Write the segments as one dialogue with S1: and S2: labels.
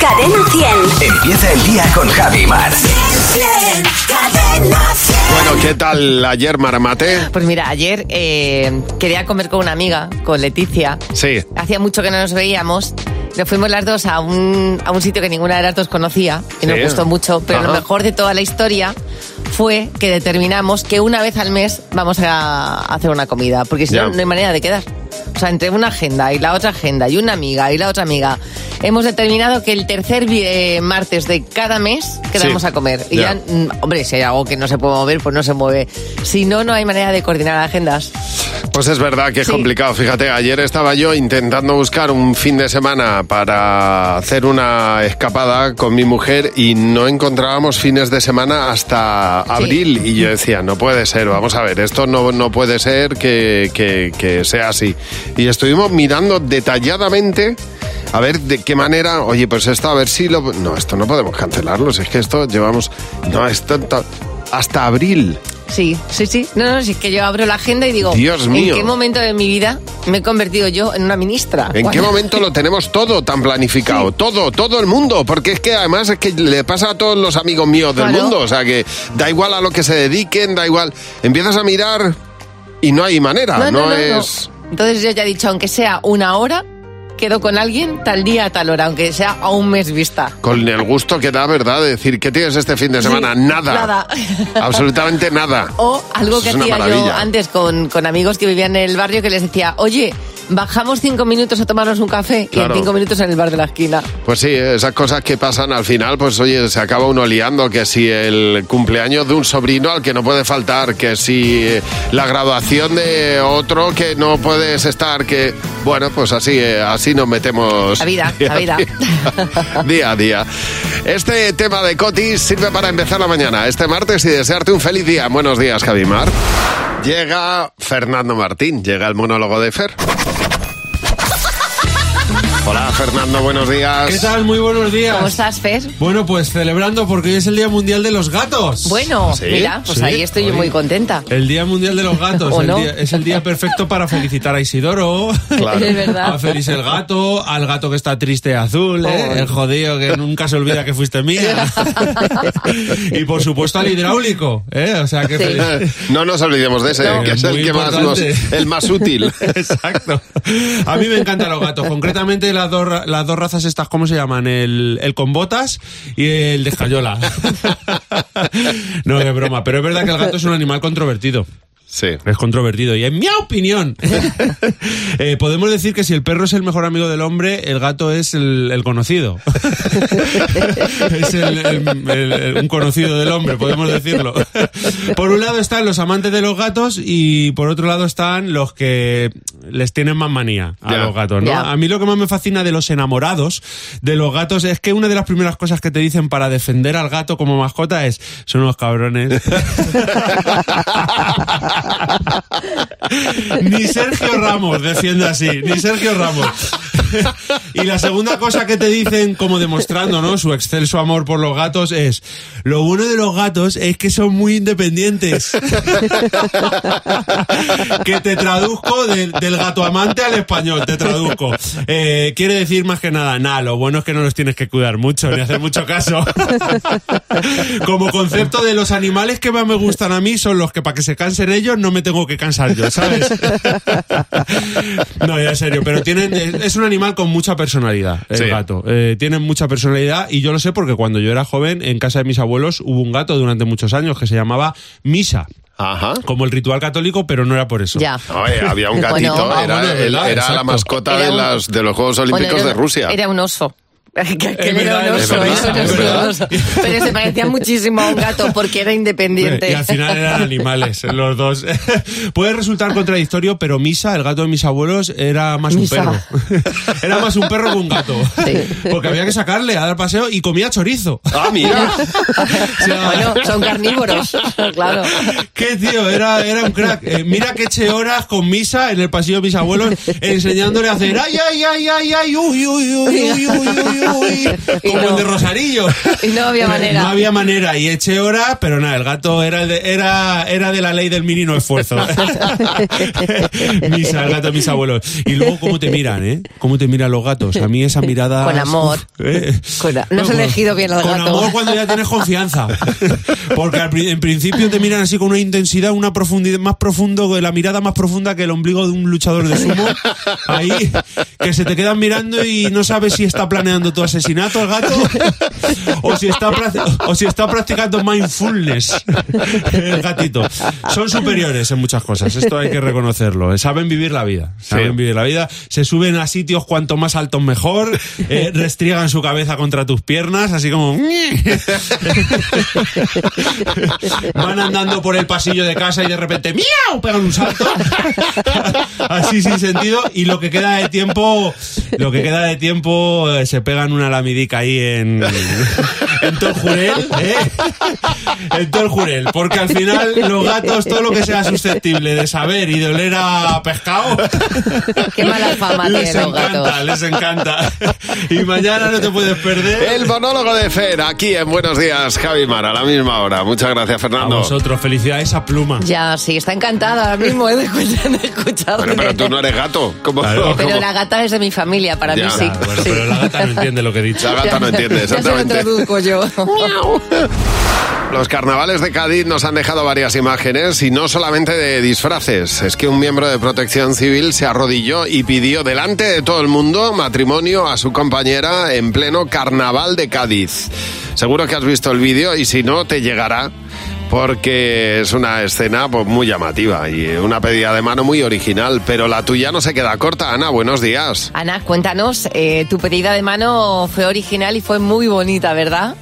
S1: Cadena 100.
S2: Empieza el día con Javi Mar.
S1: Cadena 100.
S3: Bueno, ¿qué tal ayer, Maramate?
S4: Pues mira, ayer eh, quería comer con una amiga, con Leticia.
S3: Sí.
S4: Hacía mucho que no nos veíamos. Nos fuimos las dos a un, a un sitio que ninguna de las dos conocía y nos
S3: Sí.
S4: gustó mucho. Pero lo
S3: Ajá.
S4: mejor de toda la historia fue que determinamos que una vez al mes vamos a hacer una comida. Porque si
S3: Ya.
S4: no, no hay manera de quedar. O sea, entre una agenda y la otra agenda y una amiga y la otra amiga. Hemos determinado que el tercer vi- eh, martes de cada mes quedamos
S3: Sí.
S4: a comer. Y
S3: Ya.
S4: ya Mm, Hombre, si hay algo que no se puede mover, pues no se mueve. Si no, no hay manera de coordinar agendas.
S3: Pues es verdad que es
S4: Sí.
S3: complicado. Fíjate, ayer estaba yo intentando buscar un fin de semana para hacer una escapada con mi mujer y no encontrábamos fines de semana hasta abril. Y yo decía, no puede ser, vamos a ver, esto no, no puede ser que, que- que sea así. Y estuvimos mirando detalladamente. A ver, ¿de qué manera? Oye, pues esto, a ver si lo... No, esto no podemos cancelarlo, si es que esto llevamos... No, esto... esto- Hasta abril.
S4: Sí, sí, sí. No, no, si es que yo abro la agenda y digo,
S3: Dios mío.
S4: ¿en qué momento de mi vida me he convertido yo en una ministra?
S3: ¿En qué
S4: Cuando-
S3: momento lo tenemos todo tan planificado? Todo, todo el mundo. Porque es que además es que le pasa a todos los amigos míos del
S4: Claro.
S3: mundo. O sea que da igual a lo que se dediquen, da igual. Empiezas a mirar y no hay manera. No, es.
S4: Entonces yo ya he dicho, aunque sea una hora, quedo con alguien tal día a tal hora, aunque sea a un mes vista.
S3: Con el gusto que da, ¿verdad? De decir, ¿qué tienes este fin de semana? nada.
S4: nada.
S3: Absolutamente nada.
S4: O algo
S3: Eso
S4: que
S3: es una
S4: hacía yo
S3: maravilla.
S4: antes con, con amigos que vivían en el barrio que les decía, oye, bajamos cinco minutos a tomarnos un café y
S3: Claro.
S4: en cinco minutos en el bar de la esquina.
S3: Pues sí, esas cosas que pasan al final, pues oye, se acaba uno liando, que si el cumpleaños de un sobrino al que no puede faltar, que si eh, la graduación de otro que no puedes estar, que bueno, pues así, eh, así nos metemos.
S4: La vida,
S3: día
S4: la
S3: a
S4: vida.
S3: día, Día a día. Este tema de Cotis sirve para empezar la mañana, este martes, y desearte un feliz día. Buenos días, Javimar. Llega Fernando Martín, llega el monólogo de Fer. Hola Fernando, buenos días.
S5: ¿Qué tal? Muy buenos días.
S4: ¿Cómo estás, Fer?
S5: Bueno, pues celebrando porque hoy es el Día Mundial de los Gatos.
S4: Bueno,
S3: Sí,
S4: mira, pues
S3: sí,
S4: ahí estoy yo
S5: hoy.
S4: muy contenta.
S5: El Día Mundial de los Gatos.
S4: ¿O
S5: el
S4: no?
S5: día- es el día perfecto para felicitar a Isidoro.
S3: Claro.
S4: Es verdad.
S5: A Feliz el gato, al gato que está triste azul, ¿eh?
S4: Oh.
S5: el jodío que nunca se olvida que fuiste mía. y por supuesto al hidráulico, ¿eh? o sea que
S4: Sí.
S5: feliz-
S3: No nos olvidemos de ese,
S5: No.
S3: que es el
S5: Muy
S3: que más nos-
S5: importante.
S3: el más útil.
S5: Exacto. A mí me encantan los gatos. Concretamente las dos, ra- las dos razas estas, ¿cómo se llaman? El, el con botas y el de escayola. No, es broma. Pero es verdad que el gato es un animal controvertido.
S3: Sí.
S5: Es controvertido y en mi opinión eh, podemos decir que si el perro es el mejor amigo del hombre, el gato es el, el conocido. es el- el- el- el- un conocido del hombre, podemos decirlo. por un lado están los amantes de los gatos y por otro lado están los que les tienen más manía a
S3: Ya.
S5: los gatos. ¿no?
S4: Ya.
S5: A mí lo que más me fascina de los enamorados de los gatos es que una de las primeras cosas que te dicen para defender al gato como mascota es son unos cabrones. ni Sergio Ramos defiende así, ni Sergio Ramos. y la segunda cosa que te dicen, como demostrando ¿no? su excelso amor por los gatos, es: Lo bueno de los gatos es que son muy independientes. que te traduzco del- del gato amante al español, te traduzco. Eh, quiere decir más que nada, nada, lo bueno es que no los tienes que cuidar mucho ni hacer mucho caso. Como concepto de los animales que más me gustan a mí son los que para que se cansen ellos no me tengo que cansar yo, ¿sabes? No, ya en serio, pero tienen, eh, es un animal con mucha personalidad, el
S3: Sí.
S5: gato. Eh, tienen mucha personalidad y yo lo sé porque cuando yo era joven en casa de mis abuelos hubo un gato durante muchos años que se llamaba Misa.
S3: Ajá.
S5: Como el ritual católico, pero no era por eso.
S4: Ya.
S3: Oye, había un gatito,
S4: Bueno,
S3: era,
S5: ah, bueno,
S3: el-
S5: verdad,
S3: era la
S5: exacto.
S3: mascota
S4: Era
S3: de,
S4: un-
S3: las, de los Juegos Olímpicos
S4: Bueno,
S3: de Rusia.
S4: Era un oso. Que- que
S5: Es
S4: él
S5: verdad,
S4: era un
S5: es
S4: oso,
S3: verdad,
S4: eso no
S3: es
S4: es
S3: verdad.
S4: un oso. Pero se parecía muchísimo a un gato porque era independiente.
S5: Y al final eran animales, los dos. Puede resultar contradictorio, pero Misa, el gato de mis abuelos, era más
S4: Misa.
S5: un perro. Era más un perro que un gato.
S4: Sí.
S5: Porque había que sacarle a dar paseo y comía chorizo.
S3: Ah, mira.
S5: O sea,
S4: Bueno, son carnívoros, claro.
S5: Qué tío, era, era un crack. Eh, mira que eché horas con misa en el pasillo de mis abuelos enseñándole a hacer ay, ay, ay, ay, ay, uy, uy, uy, uy, uy, uy, uy, uy,
S4: Y
S5: como
S4: no.
S5: el de Rosarillo.
S4: Y no había manera.
S5: No había manera y eché hora, pero nada, el gato era, el de, era, era de la ley del mini no esfuerzo. mis, el gato, mis abuelos. Y luego cómo te miran, ¿eh? Cómo te miran los gatos. A mí esa mirada...
S4: Con amor.
S5: Uf, ¿eh?
S4: Con a- no has elegido bien al
S5: con
S4: gato.
S5: amor cuando ya tienes confianza. Porque al pri- en principio te miran así con una intensidad, una profundidad más profundo, la mirada más profunda que el ombligo de un luchador de sumo. Ahí, que se te quedan mirando y no sabes si está planeando tu asesinato el gato o si está, pra- o si está practicando mindfulness el gatito. Son superiores en muchas cosas, esto hay que reconocerlo. Saben vivir la vida, saben vivir la vida. Se suben a sitios cuanto más altos mejor, eh, restriegan su cabeza contra tus piernas, así como... Van andando por el pasillo de casa y de repente ¡miau! pegan un salto. Así sin sentido. Y lo que queda de tiempo, lo que queda de tiempo eh, se pegan una lamidica ahí en, en todo el jurel, ¿eh? En todo el jurel. Porque al final los gatos, todo lo que sea susceptible de saber y de oler a pescado,
S4: Qué mala fama
S5: les
S4: tienen los gatos.
S5: encanta, les encanta. Y mañana no te puedes perder.
S3: El monólogo de Fer, aquí en Buenos Días, Javi Mar, a la misma hora. Muchas gracias,
S5: A
S3: Fernando.
S5: vosotros, felicidades a pluma.
S4: Ya, sí, está encantada ahora mismo, ¿eh? de escuchar- de escuchar.
S3: Bueno, pero tú no eres gato. ¿Cómo?
S5: Claro.
S4: Pero
S3: cómo?
S4: la gata es de mi familia, para
S3: Ya,
S4: mí sí.
S5: Claro, bueno, pero la gata no entiende lo que he dicho.
S3: La gata no entiende,
S4: Ya se lo
S3: exactamente.
S4: traduzco yo.
S3: Los carnavales de Cádiz nos han dejado varias imágenes y no solamente de disfraces. Es que un miembro de Protección Civil se arrodilló y pidió delante de todo el mundo matrimonio a su compañera en pleno carnaval de Cádiz. Seguro que has visto el vídeo y si no te llegará porque es una escena pues, muy llamativa y una pedida de mano muy original, pero la tuya no se queda corta, Ana. Buenos días.
S4: Ana, cuéntanos, eh, tu pedida de mano fue original y fue muy bonita, ¿verdad?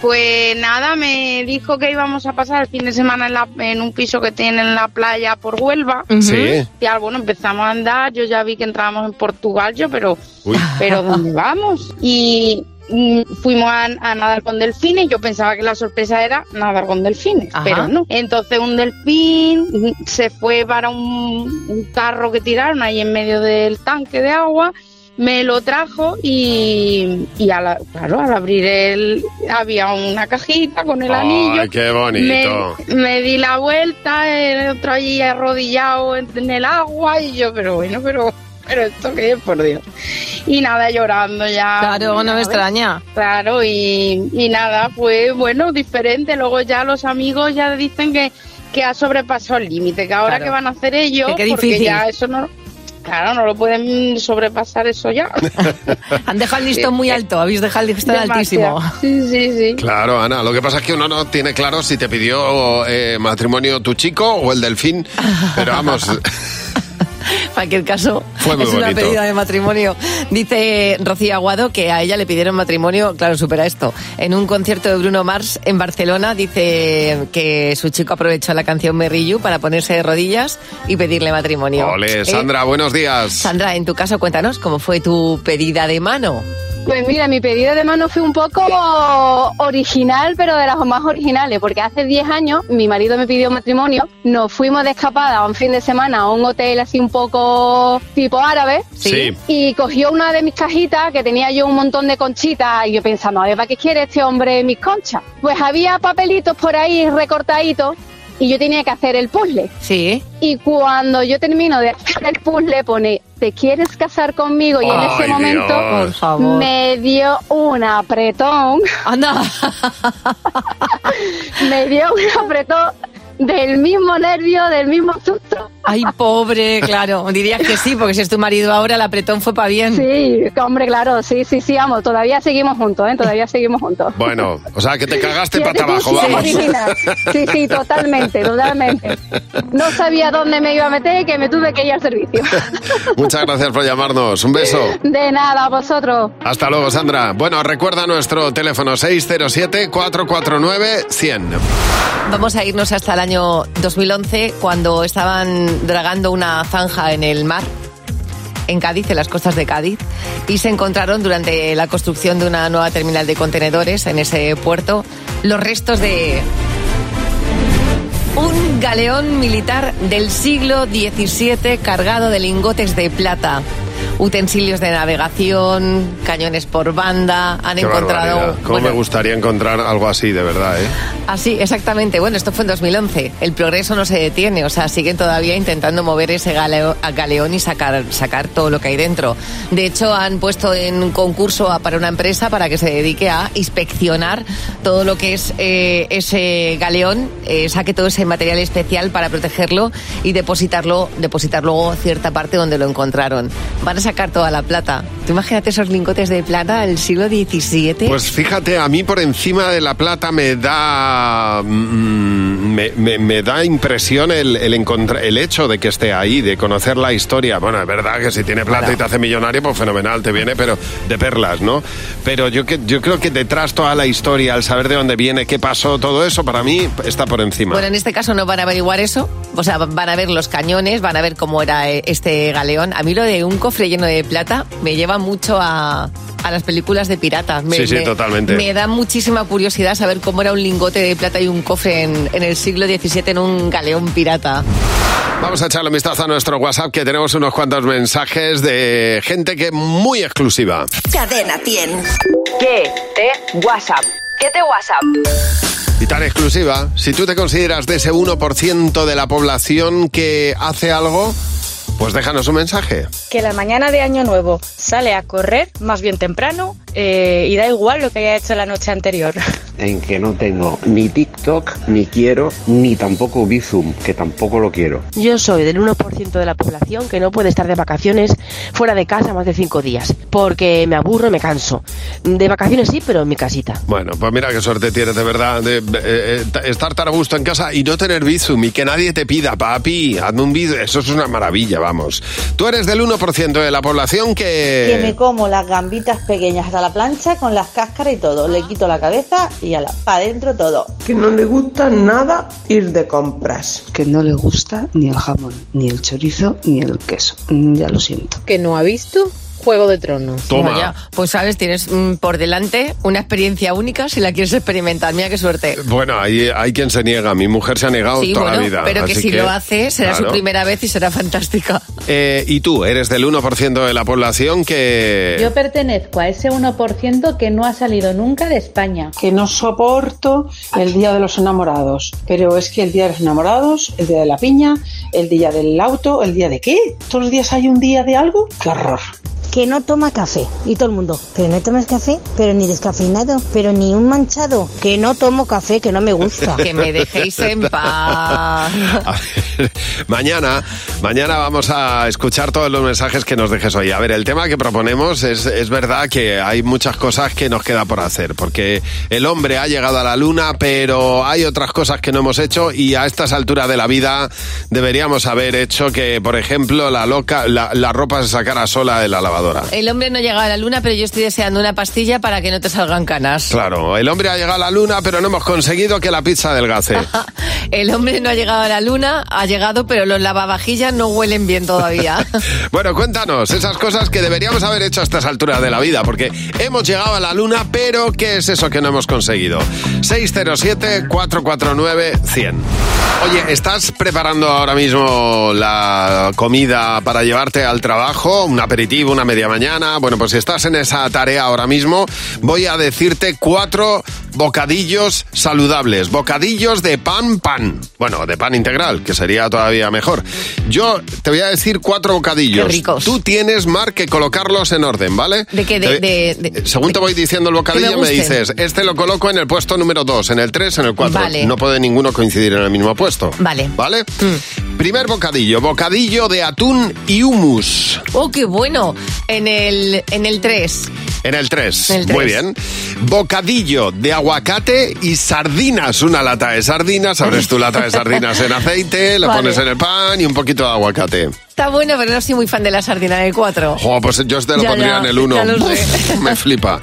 S1: Pues nada, me dijo que íbamos a pasar el fin de semana en, la- en un piso que tiene en la playa por Huelva.
S3: Sí.
S1: Y ah, bueno, empezamos a andar, yo ya vi que entrábamos en Portugal, yo, pero,
S3: Uy.
S1: pero ¿dónde vamos? Y mm, fuimos a, a nadar con delfines, yo pensaba que la sorpresa era nadar con delfines,
S4: Ajá.
S1: pero no. Entonces un delfín mm, se fue para un, un carro que tiraron ahí en medio del tanque de agua. Me lo trajo y, y a la- claro, al abrir el había una cajita con el
S3: Ay,
S1: anillo.
S3: qué bonito.
S1: Me, me di la vuelta, el otro allí arrodillado en, en el agua y yo, pero bueno, pero, pero esto qué es, por Dios. Y nada, llorando ya.
S4: Claro, no me
S1: ¿sabes?
S4: extraña.
S1: Claro, y, y nada, pues bueno, diferente. Luego ya los amigos ya dicen que, que ha sobrepasado el límite, que ahora
S4: Claro.
S1: que van a hacer ellos,
S4: Que qué
S1: porque
S4: difícil.
S1: ya eso no... Claro, no lo pueden sobrepasar eso ya.
S4: Han dejado el listón muy alto, habéis dejado el listón
S1: Demasiado.
S4: altísimo.
S1: Sí, sí, sí.
S3: Claro, Ana, lo que pasa es que uno no tiene claro si te pidió eh, matrimonio tu chico o el delfín, pero vamos,
S4: En cualquier caso,
S3: Fue muy
S4: es una
S3: bonito.
S4: pedida de matrimonio. Dice Rocío Aguado que a ella le pidieron matrimonio, claro, supera esto. En un concierto de Bruno Mars en Barcelona, dice que su chico aprovechó la canción Merrillu para ponerse de rodillas y pedirle matrimonio.
S3: ole,
S4: Eh,
S3: Sandra, buenos días.
S4: Sandra, en tu caso, cuéntanos cómo fue tu pedida de mano.
S6: Pues mira, mi pedida de mano fue un poco original, pero de las más originales, porque hace 10 años mi marido me pidió matrimonio, nos fuimos de escapada un fin de semana a un hotel así un poco tipo árabe.
S3: Sí.
S6: Y cogió una de mis cajitas que tenía yo un montón de conchitas y yo pensando, a ver, ¿para qué quiere este hombre mis conchas? Pues había papelitos por ahí recortaditos y yo tenía que hacer el puzzle.
S4: Sí.
S6: Y cuando yo termino de hacer el puzzle pone, ¿te quieres casar conmigo? Y en
S3: Ay,
S6: ese momento
S3: Dios.
S4: Por favor.
S6: me dio un apretón,
S4: Anda.
S6: me dio un apretón del mismo nervio, del mismo susto.
S4: Ay, pobre, claro. Dirías que sí, porque si es tu marido ahora, el apretón fue para bien.
S6: Sí, hombre, claro, sí, sí, sí, vamos, todavía seguimos juntos, ¿eh? Todavía seguimos juntos.
S3: Bueno, o sea que te cagaste
S6: Sí,
S3: para abajo,
S6: sí, sí,
S3: vamos.
S6: original. Sí, sí, totalmente, totalmente. No sabía dónde me iba a meter y que me tuve que ir al servicio.
S3: Muchas gracias por llamarnos, un beso.
S6: De nada, vosotros.
S3: Hasta luego, Sandra. Bueno, recuerda nuestro teléfono 607-449-100.
S4: Vamos a irnos hasta el año 2011, cuando estaban dragando una zanja en el mar, en Cádiz, en las costas de Cádiz, y se encontraron durante la construcción de una nueva terminal de contenedores en ese puerto los restos de un galeón militar del siglo XVII cargado de lingotes de plata. utensilios de navegación, cañones por banda, han
S3: Qué
S4: encontrado...
S3: barbaridad. ¿Cómo me gustaría encontrar algo así, de verdad, eh?
S4: Así, Ah, exactamente. Bueno, esto fue en 2011. El progreso no se detiene, o sea, siguen todavía intentando mover ese galeo- galeón y sacar, sacar todo lo que hay dentro. De hecho, han puesto en concurso a- para una empresa para que se dedique a inspeccionar todo lo que es eh, ese galeón, eh, saque todo ese material especial para protegerlo y depositarlo, depositar luego cierta parte donde lo encontraron. Van a sacar toda la plata. ¿Tú imagínate esos lingotes de plata del siglo XVII?
S3: Pues fíjate, a mí por encima de la plata me da mm, me, me- me da impresión el, el, encontra- el hecho de que esté ahí, de conocer la historia. Bueno, es verdad que si tiene plata y te hace millonario, pues fenomenal, te viene, pero de perlas, ¿no? Pero yo que yo creo que detrás toda la historia, al saber de dónde viene, qué pasó, todo eso, para mí está por encima.
S4: Bueno, en este caso no van a averiguar eso. O sea, van a ver los cañones, van a ver cómo era eh, este galeón. A mí lo de un cofre lleno de plata me lleva mucho a, a las películas de piratas. Me-
S3: Sí, sí,
S4: me-
S3: totalmente.
S4: Me da muchísima curiosidad saber cómo era un lingote de plata y un cofre en, en el siglo XVII en un galeón pirata.
S3: Vamos a echarle un vistazo a nuestro WhatsApp, que tenemos unos cuantos mensajes de gente que muy exclusiva.
S7: Cadena 100. ¿Qué te WhatsApp? ¿Qué te WhatsApp?
S3: Y tan exclusiva, si tú te consideras de ese 1% de la población que hace algo, pues déjanos un mensaje.
S8: que la mañana de Año Nuevo sale a correr más bien temprano eh, y da igual lo que haya hecho la noche anterior.
S9: en que no tengo ni TikTok, ni quiero, ni tampoco Bizum, que tampoco lo quiero.
S10: Yo soy del 1% de la población que no puede estar de vacaciones fuera de casa más de 5 días, porque me aburro y me canso. De vacaciones sí, pero en mi casita.
S3: Bueno, pues mira qué suerte tienes de verdad de eh, eh, ta- estar tan a gusto en casa y no tener bizum y que nadie te pida, papi, hazme un bizum. Eso es una maravilla, vamos. Tú eres del 1% de la población
S11: Que me
S3: que...
S11: como las gambitas pequeñas a la plancha con las cáscaras y todo. Le quito la cabeza y ala, para adentro todo.
S12: Que no le gusta nada ir de compras. Que no le gusta ni el jamón, ni el chorizo, ni el queso. Mm, Ya lo siento.
S13: que no ha visto Juego de Tronos.
S4: Vaya, pues sabes, tienes mm, por delante una experiencia única si la quieres experimentar. Mira qué suerte.
S3: Bueno, hay, hay quien se niega. Mi mujer se ha negado
S4: Sí,
S3: toda
S4: bueno,
S3: la vida.
S4: pero que
S3: así
S4: si lo hace será su
S3: claro.
S4: primera vez y será fantástica.
S3: Eh, y tú eres del 1% de la población que...
S14: Yo pertenezco a ese 1% que no ha salido nunca de España.
S12: Que no soporto el día de los enamorados. Pero es que el día de los enamorados, el día de la piña, el día del auto, el día de qué? ¿Todos los días hay un día de algo? ¡Qué horror!
S15: que no toma café. Y todo el mundo, pero no tomas café, pero ni descafeinado, pero ni un manchado, que no tomo café, que no me gusta.
S4: Que me dejéis en paz.
S3: Mañana, mañana vamos a escuchar todos los mensajes que nos dejes hoy. A ver, el tema que proponemos es, es verdad que hay muchas cosas que nos queda por hacer, porque el hombre ha llegado a la luna, pero hay otras cosas que no hemos hecho y a estas alturas de la vida deberíamos haber hecho que, por ejemplo, la loca, la, la ropa se sacara sola de la lavadora.
S4: El hombre no ha llegado a la luna, pero yo estoy deseando una pastilla para que no te salgan canas.
S3: Claro, el hombre ha llegado a la luna, pero no hemos conseguido que la pizza adelgace.
S4: El hombre no ha llegado a la luna, ha llegado, pero los lavavajillas no huelen bien todavía.
S3: Bueno, cuéntanos esas cosas que deberíamos haber hecho a estas alturas de la vida, porque hemos llegado a la luna, pero ¿qué es eso que no hemos conseguido? 607-449-100. Oye, ¿estás preparando ahora mismo la comida para llevarte al trabajo? ¿Un aperitivo, una media mañana? Bueno, pues si estás en esa tarea ahora mismo, voy a decirte cuatro bocadillos saludables, bocadillos de pan pan. Bueno, de pan integral, que sería todavía mejor. Yo te voy a decir cuatro bocadillos.
S4: Qué ricos.
S3: Tú tienes, Mar, que colocarlos en orden, ¿vale?
S4: ¿De qué? De-
S3: Te-
S4: de- de-
S3: según te voy diciendo el
S4: que
S3: bocadillo,
S4: me
S3: me,
S4: gusten.
S3: dices, este lo coloco en el puesto número 2, en el 3, en el 4.
S4: Vale.
S3: No puede ninguno coincidir en el mismo puesto.
S4: Vale. Mm.
S3: ¿Vale? Primer bocadillo, bocadillo de atún y humus.
S4: Oh, qué bueno. En el, en el 3.
S3: En el 3.
S4: En el
S3: Muy
S4: tres.
S3: bien. Bocadillo de aguacate y sardinas. Una lata de sardinas. Abres tu lata de sardinas en aceite, la
S4: Vale.
S3: pones en el pan y un poquito de aguacate.
S4: Está bueno, pero no soy muy fan de la sardina del 4.
S3: Jo, pues yo este lo
S4: Ya,
S3: pondría
S4: ya,
S3: en el 1.
S4: ya lo sé.
S3: Me flipa.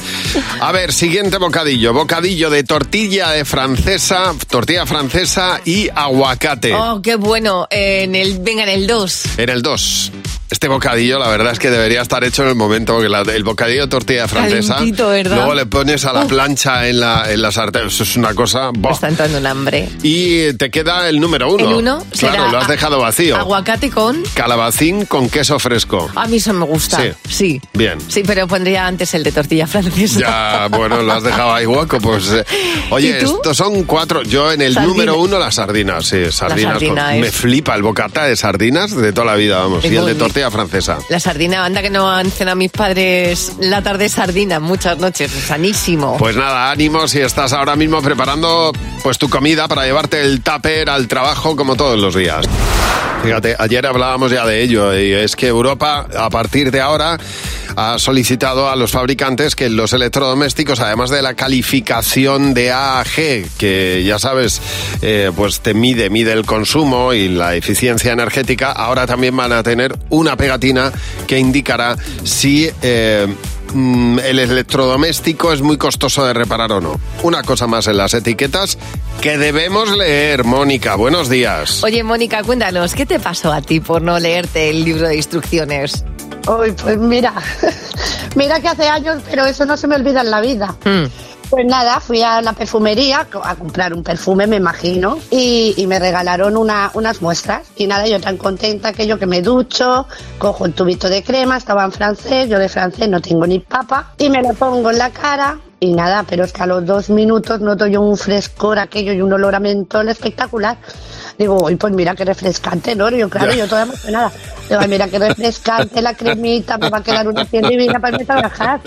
S3: A ver, siguiente bocadillo. Bocadillo de tortilla de francesa, tortilla francesa y aguacate.
S4: Oh, qué bueno. En el, venga, en el 2.
S3: En el 2. Este bocadillo, la verdad es que debería estar hecho en el momento, porque la- el bocadillo de tortilla francesa,
S4: Calentito, ¿verdad?
S3: luego le pones a la plancha en la, en la sartén, eso es una cosa... ¡buah!
S4: Está entrando un hambre.
S3: Y te queda Oh. el número uno.
S4: El uno será
S3: Claro, lo has
S4: a-
S3: dejado vacío.
S4: Aguacate con...
S3: Calabacín con queso fresco.
S4: A mí eso me gusta.
S3: Sí.
S4: Sí.
S3: Bien.
S4: Sí, pero pondría antes el de tortilla francesa.
S3: Ya, bueno, lo has dejado ahí hueco, pues... eh. Oye,
S4: ¿Y tú?
S3: estos son cuatro. Yo en el
S4: Sardina.
S3: número uno las sardinas, sí, sardinas.
S4: sardina
S3: con-
S4: es-
S3: Me flipa el bocata de sardinas de toda la vida, vamos.
S4: Es
S3: y el
S4: muy
S3: de
S4: rico.
S3: tortilla francesa.
S4: La sardina, anda que no han cenado mis padres la tarde sardina muchas noches, sanísimo.
S3: Pues nada, ánimo si estás ahora mismo preparando pues tu comida para llevarte el tupper al trabajo como todos los días. Fíjate, ayer hablábamos ya de ello y es que Europa a partir de ahora ha solicitado a los fabricantes que los electrodomésticos, además de la calificación de AAG, que ya sabes, eh, pues te mide, mide el consumo y la eficiencia energética, ahora también van a tener una pegatina que indicará si... eh, mm, el electrodoméstico es muy costoso de reparar o no. Una cosa más en las etiquetas que debemos leer, Mónica. Buenos días.
S4: Oye, Mónica, cuéntanos, ¿qué te pasó a ti por no leerte el libro de instrucciones?
S16: Uy, pues mira, mira que hace años, pero eso no se me olvida en la vida.
S4: Hmm.
S16: Pues nada, fui a la perfumería co- a comprar un perfume, me imagino, y, y me regalaron una- unas muestras. Y nada, yo tan contenta que yo que me ducho, cojo un tubito de crema, estaba en francés, yo de francés no tengo ni papa, y me lo pongo en la cara. Y nada, pero es que a los dos minutos noto yo un frescor aquello y un olor a mentol espectacular. Digo, uy, pues mira qué refrescante, ¿no? Yo, claro,
S17: Ya.
S16: yo toda emocionada. Digo, "Ay, mira qué refrescante la cremita, me va a quedar una piel divina para irme a trabajar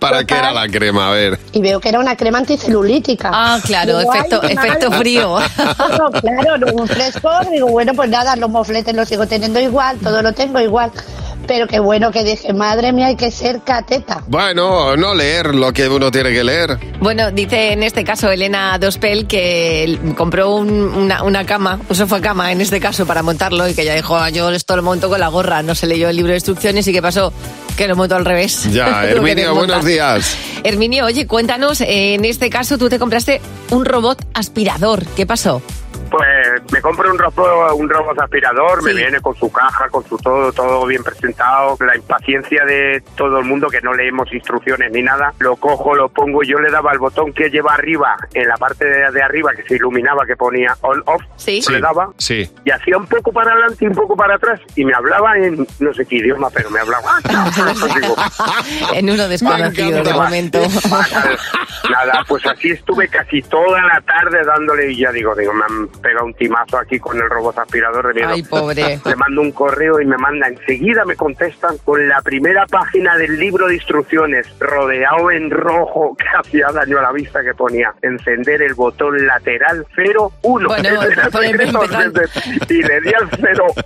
S3: ¿Para qué era la crema? A ver.
S16: y veo que era una crema anticelulítica. Ah,
S4: claro, efecto- efecto frío.
S16: Claro, claro, no, un frescor. Digo, bueno, pues nada, los mofletes los sigo teniendo igual, todo lo tengo igual. Pero qué bueno que dije, madre mía, hay que ser cateta.
S3: Bueno, no leer lo que uno tiene que leer.
S4: Bueno, dice en este caso Elena Dospel que l- compró un- una, una cama, un sofá cama en este caso para montarlo y que ella dijo, "Ah, yo esto lo monto con la gorra, no se leyó el libro de instrucciones y qué pasó, que lo montó al revés. Lo
S3: Ya,
S4: que
S3: Herminio,
S4: desmonta.
S3: buenos días.
S4: Herminio, oye, cuéntanos, eh, en este caso tú te compraste un robot aspirador, ¿qué pasó?
S18: Pues me compro un robot, un robot aspirador, me viene con su caja, con su todo, todo bien presentado. La impaciencia de todo el mundo que no leemos instrucciones ni nada. Lo cojo, lo pongo, yo le daba al botón que lleva arriba, en la parte de, de arriba que se iluminaba, que ponía on off. Le daba
S3: Sí.
S18: y hacía un poco para adelante y un poco para atrás y me hablaba en no sé qué idioma, pero me hablaba. Digo,
S4: en uno desconocido de momento.
S18: Nada, pues así estuve casi toda la tarde dándole y ya digo, digo, me han pegado un timazo aquí con el robot aspirador de miedo.
S4: Ay, pobre.
S18: Le mando un correo y me manda, enseguida me contestan con la primera página del libro de instrucciones, rodeado en rojo, que hacía daño a la vista que ponía, encender el botón lateral 01.
S4: Bueno, pues,
S18: Era
S4: por el-
S18: secreto, y le di al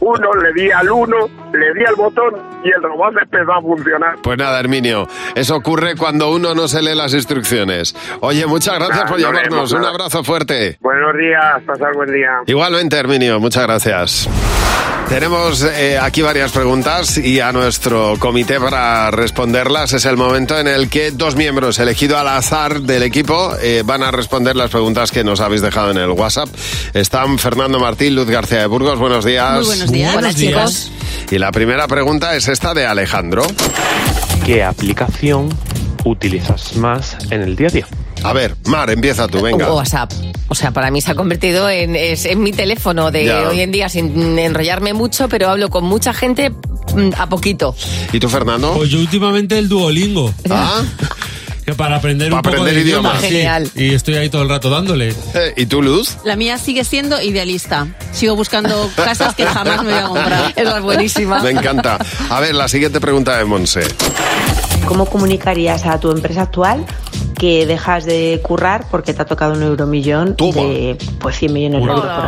S18: 01, le di al 1, le di al botón y el robot empezó a funcionar.
S3: Pues nada, Herminio, eso ocurre cuando uno no se lee las instrucciones. Oye, muchas gracias
S18: Nah,
S3: por
S18: Ah, no
S3: llamarnos.
S18: leemos
S3: Un
S18: nada.
S3: abrazo fuerte.
S18: Buenos días, pasar buen día.
S3: Igualmente, Herminio, muchas gracias. Tenemos eh, aquí varias preguntas y a nuestro comité para responderlas es el momento en el que dos miembros elegidos al azar del equipo eh, van a responder las preguntas que nos habéis dejado en el WhatsApp. Están Fernando Martín, Luz García de Burgos, buenos días.
S19: Muy buenos días. Buenos Hola, días.
S3: Y la primera pregunta es esta de Alejandro.
S20: ¿Qué aplicación utilizas más en el día a día?
S3: A ver, Mar, empieza tú, venga.
S4: O WhatsApp. O sea, para mí se ha convertido en, es- en mi teléfono de
S3: Ya.
S4: hoy en día sin enrollarme mucho, pero hablo con mucha gente mm, a poquito.
S3: ¿Y tú, Fernando?
S5: Pues yo últimamente el Duolingo.
S3: Ah.
S5: Que para aprender un
S3: Para
S5: poco
S3: aprender
S5: de idioma.
S3: idiomas.
S5: sí.
S3: Genial.
S5: Y estoy ahí todo el rato dándole.
S3: ¿Y tú, Luz?
S19: La mía sigue siendo idealista. Sigo buscando casas que jamás me voy a comprar.
S4: Esa es buenísima.
S3: Me encanta. A ver, la siguiente pregunta de Monse.
S17: ¿Cómo comunicarías a tu empresa actual que dejas de currar porque te ha tocado un euromillón de pues 100 millones de euros por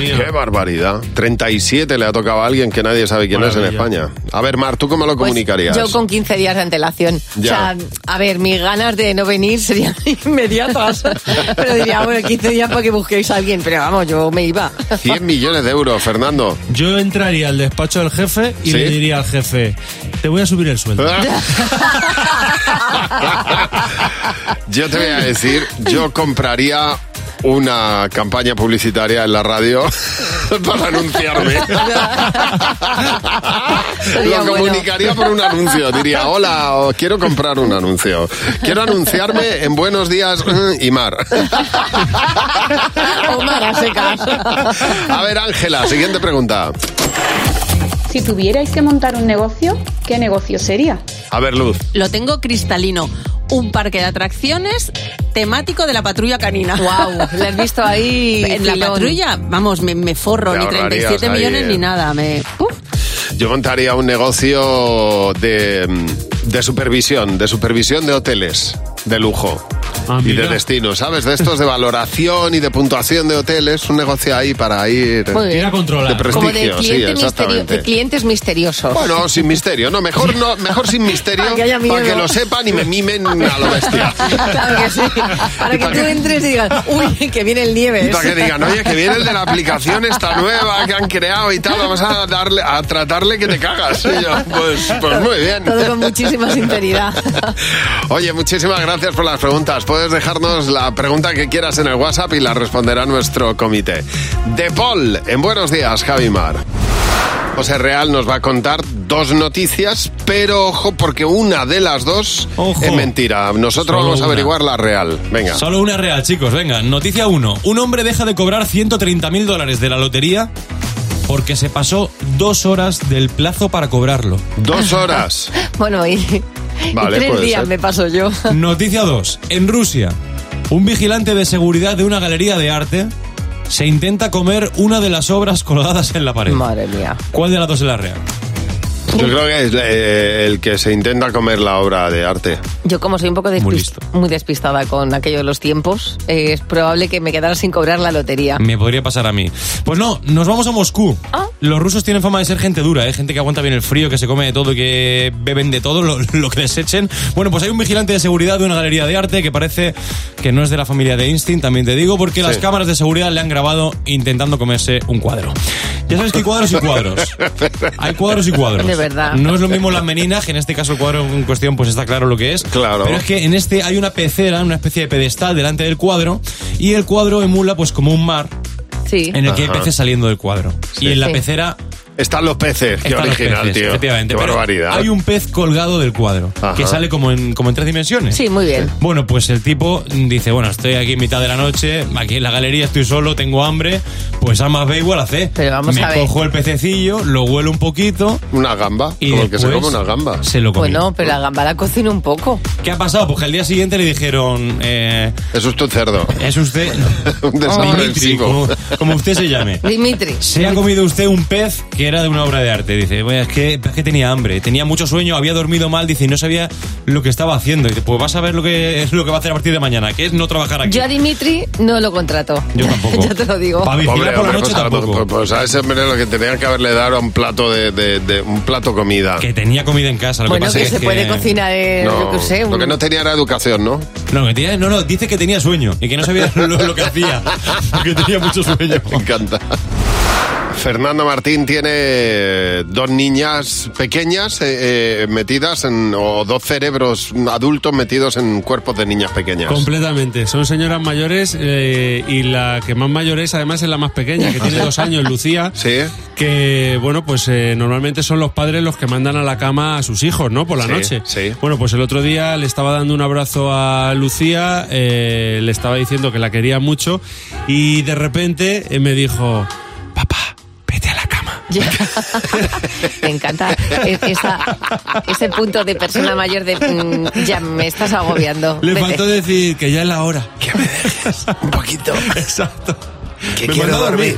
S17: ejemplo?
S3: Qué barbaridad. 37 le ha tocado a alguien que nadie sabe quién es en España. A ver, Mar, ¿tú cómo lo
S4: Pues
S3: comunicarías?
S4: yo con 15 días de antelación.
S3: Ya.
S4: O sea, a ver, mis ganas de no venir serían inmediatas. pero diría, bueno, 15 días para que busquéis a alguien. Pero vamos, yo me iba.
S3: 100 millones de euros, Fernando.
S5: Yo entraría al despacho del jefe y
S3: ¿Sí? Ah,
S5: le diría al jefe, te voy a subir el sueldo.
S3: Yo te voy a decir, yo compraría una campaña publicitaria en la radio para anunciarme.
S4: Sería
S3: Lo
S4: bueno.
S3: comunicaría por un anuncio. Diría, hola, o quiero comprar un anuncio. Quiero anunciarme en Buenos Días y Mar.
S21: Omar a secas.
S3: A ver, Ángela, siguiente pregunta.
S21: Si tuvierais que montar un negocio, ¿qué negocio sería?
S3: A ver, Luz.
S8: Lo tengo cristalino. Un parque de atracciones temático de la patrulla canina.
S4: Guau, la has visto ahí,
S8: En la
S4: filón.
S8: patrulla, vamos, me, me forro,
S3: Te
S8: ni
S3: ahorrarías
S8: 37
S3: ahí,
S8: millones
S3: eh.
S8: ni nada. Me, Uh. ¡Uf!
S3: Yo montaría un negocio de, mm, de supervisión, de supervisión de hoteles de lujo. y de destino, ¿sabes? De estos de valoración y de puntuación de hoteles, un negocio ahí para ir,
S4: Muy bien. Ir a
S3: de
S4: Como de
S3: prestigio, sí,
S4: cliente misterio-
S3: exactamente.
S4: de clientes misteriosos.
S3: Bueno, sin misterio, no, mejor no, mejor sin misterio
S4: Para que haya miedo.
S3: para que lo sepan y me mimen a lo bestia.
S4: Claro que sí. Para que tú entres y digas, uy, que viene el nieve.
S3: Y para que digan, oye, que viene el de la aplicación esta nueva que han creado y tal, vamos a darle, a tratarle que te cagas. Y yo, pues, pues muy bien.
S4: Todo con muchísima sinceridad.
S3: Oye, muchísimas gracias por las preguntas. Puedes dejarnos la pregunta que quieras en el WhatsApp y la responderá nuestro comité. De Paul, en buenos días, Javimar. José Real nos va a contar dos noticias, pero ojo, porque una de las dos es mentira. Nosotros
S22: Solo
S3: vamos a
S22: una.
S3: averiguar la real. Venga.
S22: Solo una real, chicos, venga. Noticia 1. Un hombre deja de cobrar 130.000 dólares de la lotería porque se pasó dos horas del plazo para cobrarlo.
S3: ¿Dos horas?
S4: Bueno, y, y
S22: Vale,
S4: tres
S22: puede
S4: días
S22: ser.
S4: me paso yo.
S22: Noticia 2. En Rusia, un vigilante de seguridad de una galería de arte se intenta comer una de las obras colgadas en la pared.
S4: Madre mía.
S22: ¿Cuál de las dos es la real?
S3: Yo creo que es eh, el que se intenta comer la obra de arte.
S4: Yo como soy un poco despist- muy despistada con aquello de los tiempos, eh, es probable que me quedara sin cobrar la lotería.
S22: Me podría pasar a mí. Pues no, nos vamos a Moscú.
S4: Ah.
S22: Los rusos tienen fama de ser gente dura, ¿eh? gente que aguanta bien el frío, que se come de todo, que beben de todo, lo, lo que les echen. Bueno, pues hay un vigilante de seguridad de una galería de arte que parece que no es de la familia de Einstein, también te digo, porque las cámaras de seguridad le han grabado intentando comerse un cuadro. Ya sabes que hay cuadros y cuadros. Hay cuadros y cuadros.
S4: De verdad.
S22: No es lo mismo las meninas, que en este caso el cuadro en cuestión pues está claro lo que es. Claro. Pero es que en este hay una pecera, una especie de pedestal delante del cuadro y el cuadro emula pues como un mar
S4: Sí.
S22: en el que hay peces saliendo del cuadro. Y en la
S4: Sí.
S22: pecera
S3: Están los peces, qué
S22: están los
S3: original,
S22: peces,
S3: tío.
S22: Efectivamente,
S3: qué
S22: pero
S3: barbaridad.
S22: Hay un pez colgado del cuadro que sale como en, como en tres dimensiones.
S4: Sí, muy bien.
S22: Bueno, pues el tipo dice, bueno, estoy aquí en mitad de la noche, aquí en la galería estoy solo, tengo hambre, pues A más B igual a C. Pero
S4: vamos
S22: Me
S4: a ver.
S22: cojo el pececillo, lo huelo un poquito.
S3: Una gamba,
S22: y
S3: como el que se
S22: después
S3: come una gamba.
S22: Se lo comió.
S4: Bueno, pero la gamba la cocino un poco.
S22: ¿Qué ha pasado? Pues que al día siguiente le dijeron... Eh,
S3: es usted un cerdo.
S22: Es usted...
S3: un
S22: Dimitri,
S3: desaprensivo.
S22: como, como usted se llame.
S4: Dimitri.
S22: Se ha comido usted un pez que era de una obra de arte. Dice, "Bueno, es que, es que tenía hambre, tenía mucho sueño, había dormido mal, dice, y no sabía lo que estaba haciendo. Dice, pues vas a ver lo que es lo que va a hacer a partir de mañana, que es no trabajar aquí.
S4: Yo a Dimitri no lo contrato. Yo
S22: tampoco.
S4: ya te lo digo.
S22: Pa' vigilar por la noche
S3: pues, a-
S22: tampoco.
S3: Pues, pues a ese hombre lo que tenían que haberle dado era un plato de, de- de- un plato comida.
S22: Que tenía comida en casa, lo
S4: Bueno,
S22: que pasa
S4: que
S22: es
S4: se
S22: que...
S4: puede cocinar, eh, yo
S3: No,
S4: qué sé.
S3: Lo
S4: un-
S3: que no tenía era educación, ¿no?
S22: No, que tenía- no, no, dice que tenía sueño y que no sabía lo, lo que hacía, que tenía mucho sueño.
S3: Me encanta. Fernando Martín tiene dos niñas pequeñas eh, eh, metidas en, o dos cerebros adultos metidos en cuerpos de niñas pequeñas.
S5: Completamente. Son señoras mayores eh, y la que más mayor es, además, es la más pequeña, que tiene dos años, Lucía.
S3: Sí.
S5: Que, bueno, pues eh, normalmente son los padres los que mandan a la cama a sus hijos, ¿no? Por la
S3: Sí,
S5: noche.
S3: sí.
S5: Bueno, pues el otro día le estaba dando un abrazo a Lucía, eh, le estaba diciendo que la quería mucho y de repente eh, me dijo.
S4: Ya. Me encanta e- esa- ese punto de persona mayor de mm, ya me estás agobiando.
S5: Le
S4: Vete.
S5: faltó decir que ya es la hora. Que me
S3: dejes
S5: un
S3: poquito.
S5: Exacto.
S3: Que
S5: Me
S3: quiero
S5: mandó a
S3: dormir.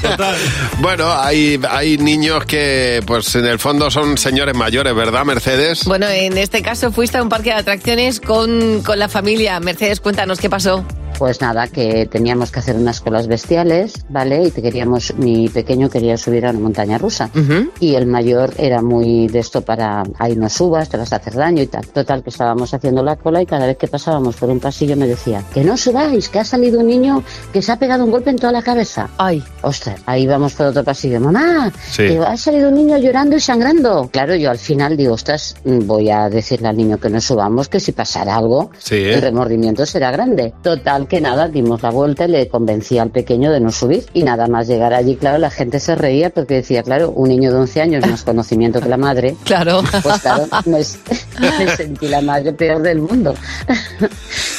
S3: bueno, hay, hay niños que, pues en el fondo son señores mayores, ¿verdad, Mercedes?
S4: Bueno, en este caso fuiste a un parque de atracciones con, con la familia. Mercedes, cuéntanos qué pasó.
S13: Pues nada, que teníamos que hacer unas colas bestiales, ¿vale? Y te queríamos, mi pequeño quería subir a una montaña rusa. Y el mayor era muy de esto para, ahí no subas, te vas a hacer daño y tal. Total, que estábamos haciendo la cola y cada vez que pasábamos por un pasillo me decía, que no subáis, que ha salido un niño que se ha pegado un golpe en toda la cabeza. Ay. Ostras, ahí vamos por otro pasillo. Mamá,
S23: Sí.
S13: que ha salido un niño llorando y sangrando. Claro, yo al final digo, ostras, mm, voy a decirle al niño que no subamos, que si pasara algo,
S23: Sí, ¿eh?
S13: el remordimiento será grande. Total, que nada, dimos la vuelta y le convencí al pequeño de no subir. Y nada más llegar allí, claro, la gente se reía porque decía, claro, un niño de 11 años más conocimiento que la madre.
S4: Claro.
S13: Pues claro, me, me sentí la madre peor del mundo.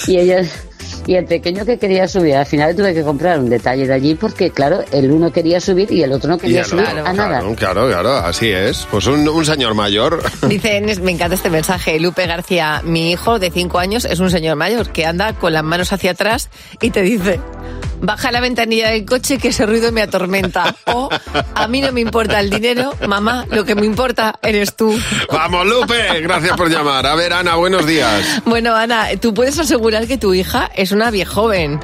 S13: Y ella... Y el pequeño que quería subir, al final tuve que comprar un detalle de allí porque, claro, el uno quería subir y el otro no quería
S3: Y el
S13: subir
S3: otro,
S13: a nada.
S3: Claro, claro, claro, así es. Pues un, un señor mayor.
S4: Dicen, es- me encanta este mensaje, Lupe García, mi hijo de 5 años es un señor mayor que anda con las manos hacia atrás y te dice, baja la ventanilla del coche que ese ruido me atormenta. O, a mí no me importa el dinero, mamá, lo que me importa eres tú.
S3: Vamos, Lupe, gracias por llamar. A ver, Ana, buenos días.
S4: Bueno, Ana, tú puedes asegurar que tu hija es una vieja joven.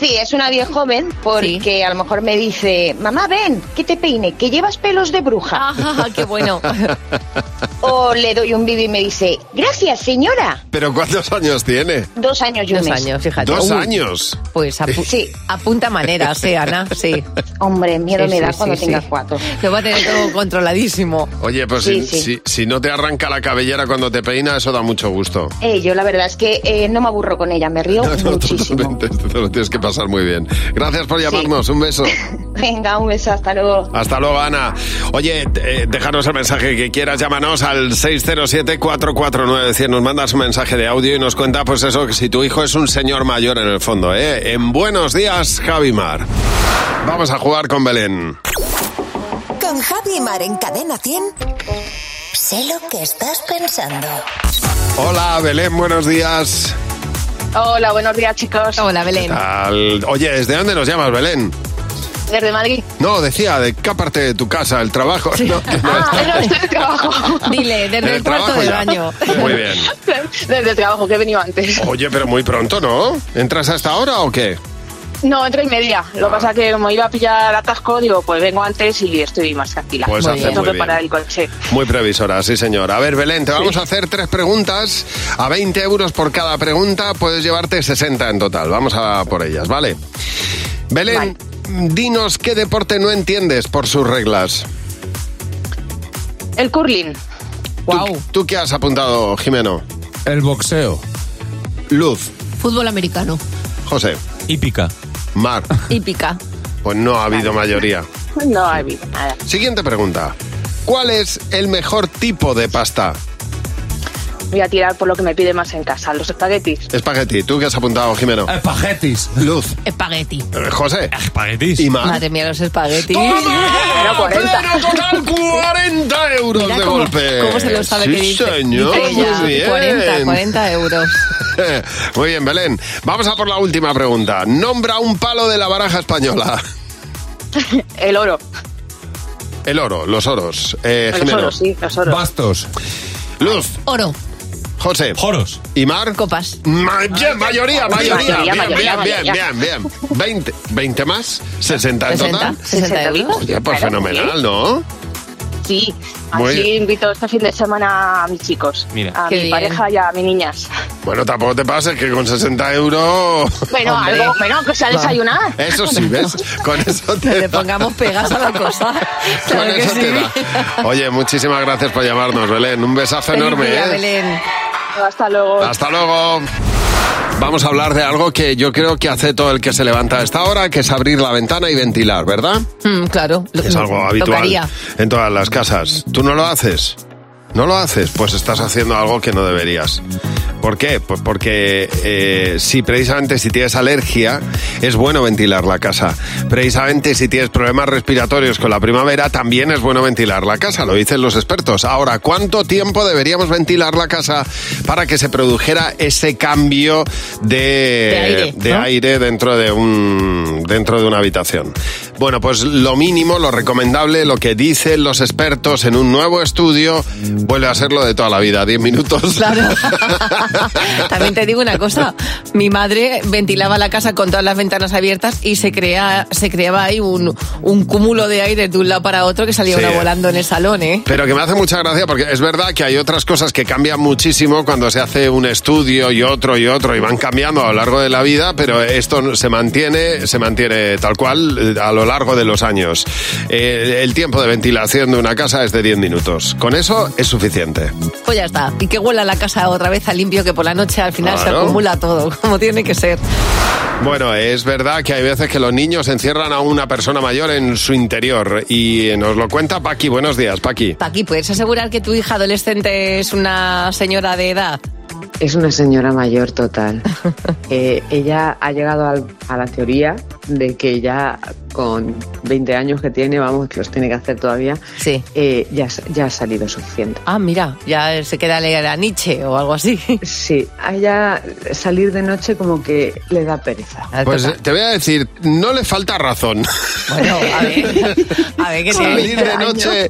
S2: Sí, es una vieja joven porque a lo mejor me dice, mamá, ven, que te peine, que llevas pelos de bruja.
S8: Ah,
S4: Ajá, qué bueno.
S2: o le doy un bibi y me dice, gracias, señora.
S3: ¿Pero cuántos años tiene?
S2: Dos años y un
S4: Dos
S2: mes.
S4: años, fíjate. Uh.
S3: Dos
S4: Uy,
S3: años.
S4: Pues apu- apunta manera, sí, Ana, sí.
S2: Hombre, miedo
S4: Sí,
S2: me
S4: sí,
S2: da
S4: sí,
S2: cuando
S4: sí.
S2: tenga cuatro.
S4: Lo va a tener todo controladísimo.
S3: Oye, pues
S2: Sí,
S3: si,
S2: sí.
S3: Si, si no te arranca la cabellera cuando te peina, eso da mucho gusto.
S2: Eh, yo la verdad es que eh, no me aburro con ella, me río muchísimo.
S3: Totalmente, te lo tienes que pasar muy bien. Gracias por llamarnos, un beso.
S2: Venga, un beso, hasta luego.
S3: Hasta luego, Ana. Oye, eh, déjanos el mensaje que quieras, llámanos al 607-449-100. Nos mandas un mensaje de audio y nos cuenta, pues eso, que si tu hijo es un señor mayor en el fondo, ¿eh? En Buenos Días, Javimar. Vamos a jugar con Belén.
S24: Con Javi y Mar en Cadena 100. Sé lo que estás pensando.
S3: Hola, Belén, buenos días.
S25: Hola, buenos días, chicos.
S4: Hola, Belén.
S3: Al- Oye, ¿desde dónde nos llamas, Belén?
S25: Desde Madrid.
S3: No, decía, ¿de qué parte de tu casa? ¿El trabajo? No,
S25: Ah, pero estoy de trabajo.
S4: Dile,
S3: En el trabajo ya. Muy bien.
S25: Desde el trabajo, que he venido antes.
S3: Oye, pero muy pronto, ¿no? ¿Entras hasta ahora o qué?
S25: No, entre y media. Lo que pasa es que como iba a pillar atasco, digo, pues vengo antes y estoy más tranquila.
S3: Pues hace
S25: Tengo
S3: muy
S25: que parar
S3: bien.
S25: el coche.
S3: Muy previsora, sí señor. A ver, Belén, te vamos a hacer tres preguntas. A 20 euros por cada pregunta puedes llevarte 60 en total. Vamos a por ellas, ¿vale? Belén, dinos qué deporte no entiendes por sus reglas.
S25: El curling.
S3: ¿Tú, tú qué has apuntado, Jimeno?
S5: El boxeo.
S3: Luz,
S19: Fútbol americano.
S3: José.
S5: Hípica.
S3: Mar.
S19: Hípica.
S3: Pues no ha habido mayoría.
S25: No ha habido nada.
S3: Siguiente pregunta. ¿Cuál es el mejor tipo de pasta?
S25: Voy a tirar por lo que me pide más en casa, los espaguetis.
S3: Espagueti. ¿Tú qué has apuntado, Jimeno? Espaguetis. Luz.
S19: Espagueti.
S3: Eh, José. Espaguetis. Y Mar.
S4: Madre mía, los espaguetis.
S25: Bueno, 40.
S3: Pleno total, 40 euros
S4: Mira
S3: de
S4: cómo-
S3: golpe.
S4: ¿Cómo se lo sabe
S3: sí,
S4: que dice?
S3: señor,
S4: Dice ella,
S3: muy bien.
S4: 40, 40 euros.
S3: Muy bien, Belén. Vamos a por la última pregunta. Nombra un palo de la baraja española.
S25: El oro.
S3: El oro, los oros. Eh,
S25: los
S3: Jimeno.
S25: oros, sí, los oros.
S3: Bastos. Luz.
S19: Oro.
S3: José. Joros. ¿Y Mar?
S19: Copas.
S3: mayoría, mayoría, mayoría.
S25: Mayoría,
S3: Bien,
S25: mayoría,
S3: bien,
S25: mayoría.
S3: bien, bien, bien. 20, 20 más, 60 en total.
S25: 60 euros.
S3: Oye, pues
S25: Claro,
S3: fenomenal, ¿no?
S25: Sí,
S3: Muy
S25: así
S3: bien.
S25: invito este fin de semana a mis chicos,
S3: Mira.
S25: a
S3: Qué
S25: mi
S3: bien.
S25: pareja y a mis niñas.
S3: Bueno, tampoco te pases que con 60 euros...
S25: Bueno, algo, bueno, que sea
S3: Va.
S25: desayunar.
S3: Eso sí, ¿ves? Con eso te
S4: Le
S3: da.
S4: pongamos pegas a la cosa.
S3: Con
S4: Claro que
S3: eso
S4: sí.
S3: te da. Oye, muchísimas gracias por llamarnos, Belén. Un besazo
S4: Feliz
S3: enorme.
S4: día,
S3: ¿eh?
S4: Belén.
S25: Hasta luego.
S3: Hasta luego. Vamos a hablar de algo que yo creo que hace todo el que se levanta a esta hora, que es abrir la ventana y ventilar, ¿verdad?
S4: Mm, claro. lo-
S3: Es algo habitual
S4: Tocaría.
S3: en todas las casas. ¿Tú no lo haces? ¿No lo haces? Pues estás haciendo algo que no deberías. ¿Por qué? Pues porque eh, si precisamente si tienes alergia, es bueno ventilar la casa. Precisamente si tienes problemas respiratorios con la primavera, también es bueno ventilar la casa, lo dicen los expertos. Ahora, ¿cuánto tiempo deberíamos ventilar la casa para que se produjera ese cambio de,
S26: De aire,
S3: de
S26: ¿no?
S3: aire dentro de un dentro de una habitación. Bueno, pues lo mínimo, lo recomendable, lo que dicen los expertos en un nuevo estudio, vuelve a ser lo de toda la vida, 10 minutos.
S4: También te digo una cosa. Mi madre ventilaba la casa con todas las ventanas abiertas y se, crea, se creaba ahí un, un cúmulo de aire de un lado para otro que salía
S3: Sí,
S4: una
S3: eh.
S4: volando en el salón, ¿eh?
S3: Pero que me hace mucha gracia porque es verdad que hay otras cosas que cambian muchísimo cuando se hace un estudio y otro y otro y van cambiando a lo largo de la vida, pero esto se mantiene, se mantiene tal cual eh, a lo largo de los años. Eh, el tiempo de ventilación de una casa es de 10 minutos. Con eso es suficiente.
S4: Pues ya está. Y que huela la casa otra vez a limpio que por la noche al final se
S3: Claro.
S4: acumula todo, como tiene que ser.
S3: Bueno, es verdad que hay veces que los niños encierran a una persona mayor en su interior y eh, nos lo cuenta Paqui. Buenos días, Paqui.
S4: Paqui, ¿puedes asegurar que tu hija adolescente es una señora de edad?
S1: Es una señora mayor total. Eh, ella ha llegado al- a la teoría de que ya con 20 años que tiene, vamos, que los tiene que hacer todavía, eh, ya, s- ya ha salido suficiente.
S4: Ah, mira, ya se queda leer a Nietzsche o algo así.
S1: Sí, a ella salir de noche como que le da pereza.
S4: Ah,
S3: Pues eh, te voy a decir, no le falta razón.
S4: A ver, que tiene
S3: Salir de
S4: 20
S3: noche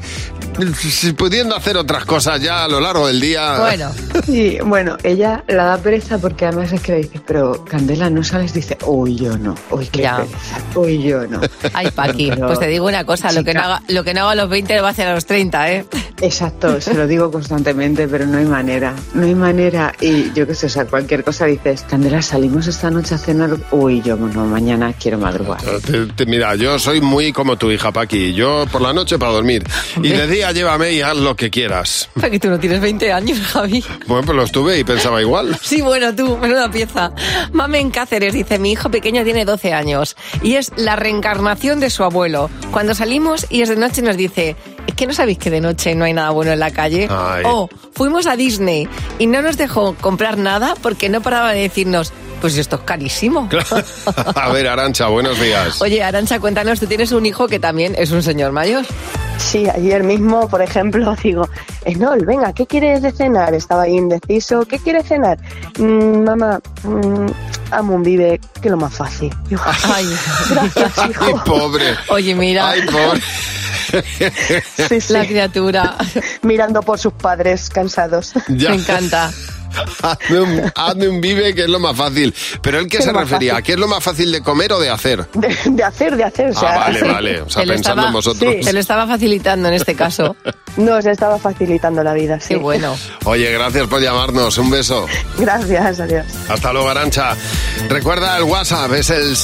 S4: años.
S3: si- pudiendo hacer otras cosas ya a lo largo del día.
S1: Sí, bueno, ella la da pereza porque además es que le dices, pero Candela, ¿no sales? Dice, uy, yo no, uy, qué
S4: Ya.
S1: pereza, uy, yo no.
S4: Ay, Paqui,
S1: Pero-
S4: pues te digo una cosa, lo que, no
S1: Chica.
S4: haga, lo que no haga a los 20 lo va a hacer a los 30, ¿eh?
S1: Exacto, se lo digo constantemente, pero no hay manera, no hay manera. Y yo qué sé, o sea, cualquier cosa dices, Candela, salimos esta noche a cenar, uy, yo no, mañana quiero madrugar.
S3: Eh, Te- te- mira, yo soy muy como tu hija, Paqui. Yo por la noche para dormir. Y de día llévame y haz lo que quieras.
S4: Paqui, tú no tienes 20 años, Javi.
S3: Bueno, pues lo estuve y pensaba igual.
S4: Sí, bueno, tú, menuda pieza. Mamen Cáceres dice, mi hijo pequeño tiene 12 años y es la reencarnación de su abuelo. Cuando salimos y es de noche nos dice, es que no sabéis que de noche no hay nada bueno en la calle.
S6: Ay.
S4: O fuimos a Disney y no nos dejó comprar nada porque no paraba de decirnos, pues esto es carísimo.
S3: A ver, Arancha, buenos días.
S4: Oye, Arancha, cuéntanos, tú tienes un hijo que también es un señor mayor.
S7: Sí, ayer mismo, por ejemplo, digo, Enol, venga, ¿qué quieres de cenar? Estaba ahí indeciso, ¿qué quieres cenar? "Mm, mamá, mm, amo un vive, que es lo más fácil. Digo,
S3: Ay, pobre.
S4: Oye, mira.
S3: Ay, pobre.
S4: La criatura.
S7: Mirando por sus padres cansados.
S3: Ya.
S7: Me
S4: encanta.
S3: Hazme un, hazme un vive, que es lo más fácil. Pero él qué
S7: Es
S3: se
S7: lo más
S3: refería, ¿a qué es lo más fácil de comer o de hacer?
S7: De, de hacer, de hacer. o
S3: Ah,
S7: sea,
S3: vale, vale. O sea,
S7: Se lo
S3: pensando en
S7: estaba-
S3: vosotros.
S7: sí.
S4: Se lo estaba facilitando en este caso.
S7: Nos estaba facilitando la vida, sí.
S4: Qué bueno.
S3: Oye, gracias por llamarnos. Un beso.
S7: Gracias, adiós.
S3: Hasta luego, Arancha. Recuerda el WhatsApp, es el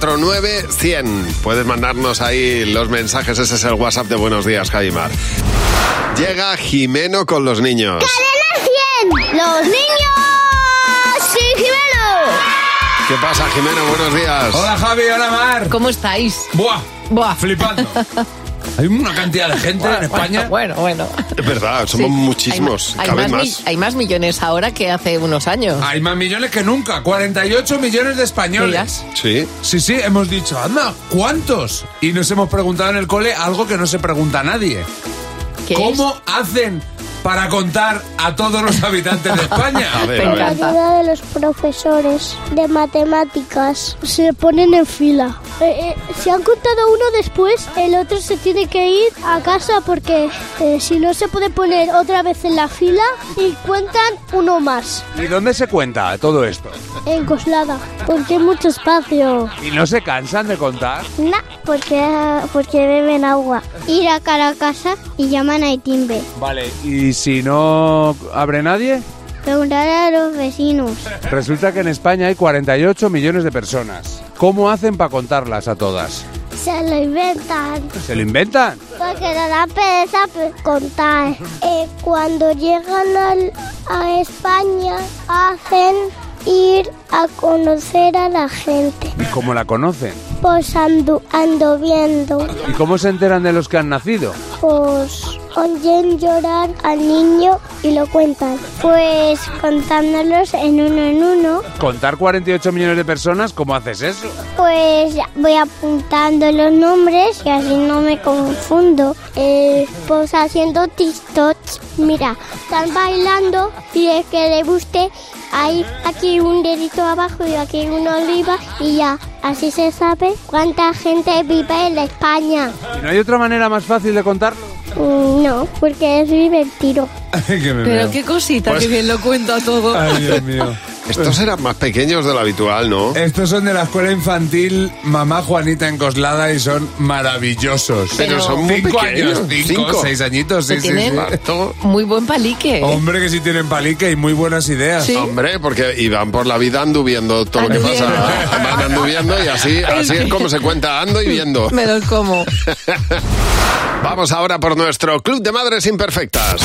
S3: 607-449-100. Puedes mandarnos ahí los mensajes. Ese es el WhatsApp de Buenos Días, Javimar. Llega Jimeno con los niños.
S6: ¡Los niños! ¡Sí,
S3: ¿Qué pasa, Jimeno? Buenos días.
S26: Hola Javi, hola Mar.
S4: ¿Cómo estáis?
S26: Buah,
S4: Buah.
S26: flipando. Hay una cantidad de gente en España.
S4: Bueno, bueno.
S3: Es verdad, somos muchísimos,
S4: Hay,
S26: cada
S4: más,
S26: vez
S4: mi-
S26: más.
S4: hay más millones ahora que hace unos años.
S26: Hay más millones que nunca, 48 millones de españoles.
S3: Sí.
S26: Sí, sí, hemos dicho, anda, ¿cuántos? Y nos hemos preguntado en el cole algo que no se pregunta a nadie. ¿Cómo hacen para contar a todos los habitantes de España?
S3: A ver,
S27: La mayoría de los profesores de matemáticas se ponen en fila. Eh, eh, si han contado uno después, el otro se tiene que ir a casa porque eh, si no se puede poner otra vez en la fila y cuentan uno más
S28: ¿Y dónde se cuenta todo esto?
S27: en Coslada porque hay mucho espacio.
S28: ¿Y no se cansan de contar?
S27: No, porque, porque beben agua. Ir a cara a casa y llaman a timbre.
S28: Vale, ¿y si no abre nadie?
S27: Preguntar a los vecinos.
S28: Resulta que en España hay 48 millones de personas. ¿Cómo hacen para contarlas a todas?
S27: Se lo inventan.
S28: ¿Se lo inventan?
S27: Porque nos da pereza pe- contar. Eh, cuando llegan al- a España, hacen ir a conocer a la gente.
S28: ¿Y cómo la conocen?
S27: Pues ando, ando viendo,
S28: ¿Y cómo se enteran de los que han nacido?
S27: pues oyen llorar al niño y lo cuentan. Pues contándolos en uno en uno,
S28: ¿Contar 48 millones de personas? ¿Cómo haces eso?
S27: pues voy apuntando los nombres y así no me confundo. Eh, pues haciendo TikToks, mira, están bailando y el que le guste, hay aquí un dedito abajo y aquí una oliva y ya, así se sabe cuánta gente vive en España.
S28: ¿Y no hay otra manera más fácil de contarlo?
S27: Mm, No, porque es divertido.
S28: que me
S4: Pero qué cosita, que bien lo cuenta todo.
S28: Ay, Dios mío.
S3: Estos eran más pequeños de lo habitual, ¿no?
S26: Estos son de la escuela infantil Mamá Juanita en Coslada y son maravillosos.
S3: Pero Pero son muy
S26: cinco
S3: pequeños,
S26: años, cinco,
S3: cinco.
S26: seis añitos, sí,
S4: que
S26: sí,
S4: tienen
S26: sí.
S4: muy buen palique.
S26: Hombre, que sí tienen palique y muy buenas ideas.
S4: Sí.
S3: Hombre, porque iban por la vida anduviendo todo lo que pasa. Van anduviendo y así, así es como se cuenta, ando y viendo.
S4: Me los como.
S3: Vamos ahora por nuestro Club de Madres Imperfectas.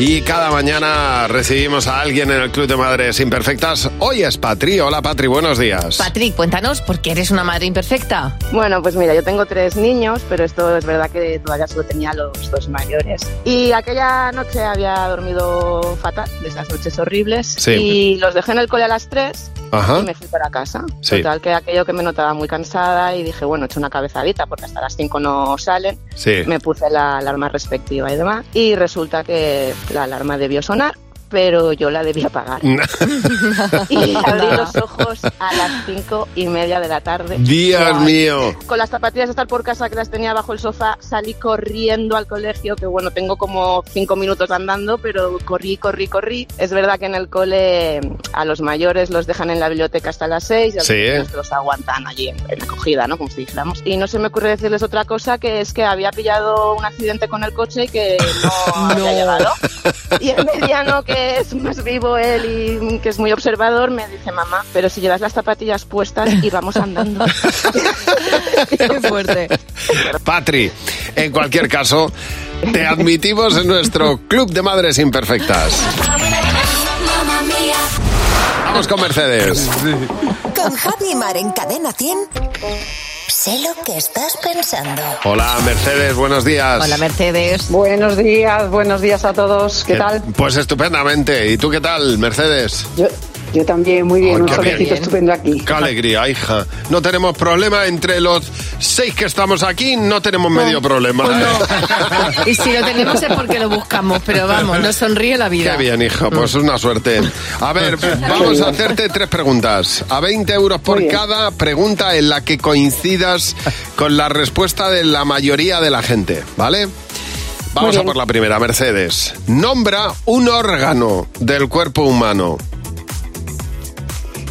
S3: Y cada mañana recibimos a alguien en el Club de Madres Imperfectas. Hoy es Patri. Hola Patri, buenos días.
S4: Patrick, cuéntanos por qué eres una madre imperfecta.
S8: Bueno, pues mira, yo tengo tres niños, pero esto es verdad que todavía solo tenía a los dos mayores. Y aquella noche había dormido fatal, de esas noches horribles,
S3: Sí.
S8: y los dejé en el cole a las tres
S3: Ajá.
S8: y me fui para casa.
S3: Sí.
S8: Total, que aquello que me notaba muy cansada y dije, bueno, he hecho una cabezadita porque hasta las cinco no salen.
S3: Sí.
S8: Me puse la alarma respectiva y demás. Y resulta que la alarma debió sonar, pero yo la debía apagar. y abrí los ojos a las cinco y media de la tarde.
S3: Dios
S8: Ay.
S3: mío.
S8: Con las zapatillas de estar por casa que las tenía bajo el sofá, salí corriendo al colegio, que bueno, tengo como cinco minutos andando, pero corrí, corrí, corrí. Es verdad que en el cole a los mayores los dejan en la biblioteca hasta las seis y a los
S3: Sí.
S8: niños los aguantan allí en, en la acogida, ¿no? Como si dijéramos. Y no se me ocurre decirles otra cosa que es que había pillado un accidente con el coche y que no había llegado. Y el mediano, que es más vivo él y que es muy observador, me dice, mamá, pero si llevas las zapatillas puestas y vamos andando.
S4: Qué fuerte.
S3: Patri, en cualquier caso, te admitimos en nuestro Club de Madres Imperfectas. Vamos con Mercedes.
S24: Con Javi y Mar en Cadena 100. Sé lo que estás pensando.
S3: Hola, Mercedes, buenos días.
S4: Mercedes.
S9: Buenos días, buenos días a todos. ¿Qué
S3: Eh,
S9: tal?
S3: Pues estupendamente. ¿Y tú qué tal, Mercedes?
S9: Yo, yo también, muy bien. un
S3: Ay, Oh, qué
S9: solecito
S3: bien.
S9: estupendo aquí.
S3: Qué alegría, hija. No tenemos problema entre los seis que estamos aquí, no tenemos medio problema.
S9: Pues
S4: Y si lo tenemos es porque lo buscamos, pero vamos, nos sonríe la vida.
S3: Qué bien, hija, pues
S4: Mm.
S3: es una suerte. A ver, vamos a hacerte tres preguntas. A 20 euros por cada pregunta en la que coincidas con la respuesta de la mayoría de la gente, ¿vale? Vamos a por la primera, Mercedes. Nombra un órgano del cuerpo humano.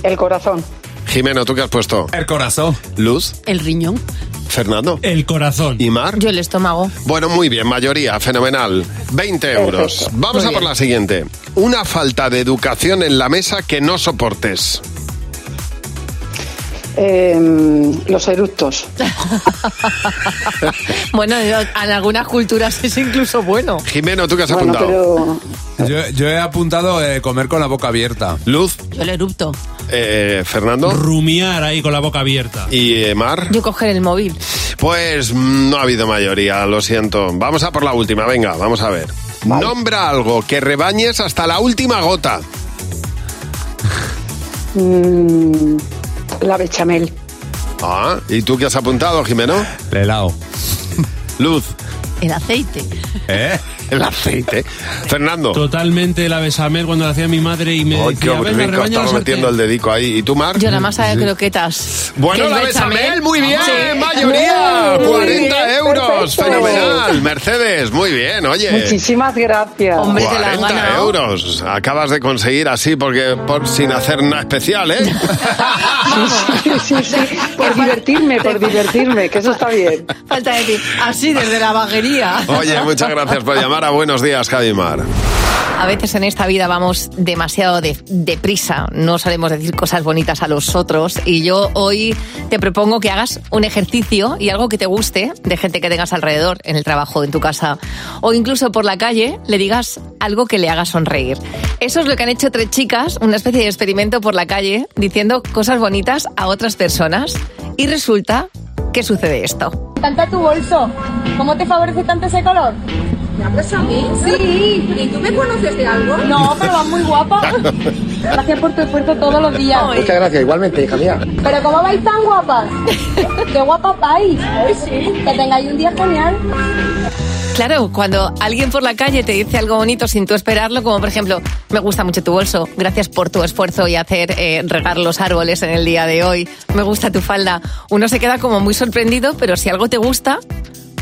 S9: El corazón.
S3: Jimeno, ¿tú qué has puesto?
S26: El corazón.
S3: Luz,
S19: El riñón.
S3: Fernando.
S29: El corazón.
S3: ¿Y Mar?
S4: Yo el estómago.
S3: Bueno, muy bien, mayoría, fenomenal. 20 euros.
S4: Perfecto.
S3: Vamos
S4: Muy
S3: a por
S4: bien.
S3: la siguiente. Una falta de educación en la mesa que no soportes.
S9: Eh, los eructos.
S4: Bueno, en algunas culturas es incluso bueno.
S3: Jimeno, ¿tú qué has
S9: Bueno,
S26: apuntado?
S9: pero
S26: Yo, yo he apuntado eh, comer con la boca abierta.
S3: Luz.
S4: Yo el erupto.
S3: Eh, Fernando.
S29: Rumiar ahí con la boca abierta.
S3: ¿Y eh, Mar?
S4: Yo coger el móvil.
S3: Pues mm, no ha habido mayoría, lo siento. Vamos a por la última, venga, vamos a ver. Nombra algo que rebañes hasta la última gota.
S9: mm, la bechamel.
S3: Ah, ¿y tú qué has apuntado, Jimeno?
S26: El helado.
S3: Luz.
S4: El aceite.
S26: ¿Eh?
S3: El aceite. Fernando.
S29: Totalmente la besamel cuando la hacía mi madre y me
S3: Ay, qué
S29: decía, venga,
S3: rico,
S29: rebaña la
S3: estaba
S29: sartén".
S3: metiendo el dedico ahí. ¿Y tú, Mar?
S4: Yo la masa de croquetas.
S3: Ah, Bueno,
S4: Que
S3: la
S4: es bechamel.
S3: bechamel, muy bien,
S4: Sí.
S3: mayoría,
S4: Muy
S3: 40
S4: bien,
S3: euros,
S4: perfecto.
S3: fenomenal, Mercedes, muy bien, oye.
S9: Muchísimas gracias.
S3: 40 euros, acabas de conseguir así porque por, sin hacer nada especial, ¿eh?
S9: Sí, sí, sí. Por divertirme, por divertirme, que eso está bien.
S4: Falta decir, así desde la baguería.
S3: Oye, muchas gracias por llamar a Buenos Días, Javimar.
S4: A veces en esta vida vamos demasiado de- deprisa, no sabemos decir cosas bonitas a los otros y yo hoy te propongo que hagas un ejercicio y algo que te guste de gente que tengas alrededor, en el trabajo, en tu casa o incluso por la calle, le digas algo que le haga sonreír. Eso es lo que han hecho tres chicas, una especie de experimento por la calle, diciendo cosas bonitas a otras personas y resulta que sucede esto.
S10: Canta tu bolso. ¿Cómo te favorece tanto ese color? ¿Me hablas a mí? Sí. ¿Y tú me conoces de algo? No, pero vas muy guapa. Gracias por tu esfuerzo todos los días.
S18: eh.
S11: Muchas gracias, igualmente, hija mía.
S10: Pero ¿cómo vais tan guapas? ¡Qué guapa vais! Que tengáis un día genial.
S4: Claro, cuando alguien por la calle te dice algo bonito sin tú esperarlo, como por ejemplo, me gusta mucho tu bolso, gracias por tu esfuerzo y hacer eh, regar los árboles en el día de hoy, me gusta tu falda, uno se queda como muy sorprendido, pero si algo te gusta,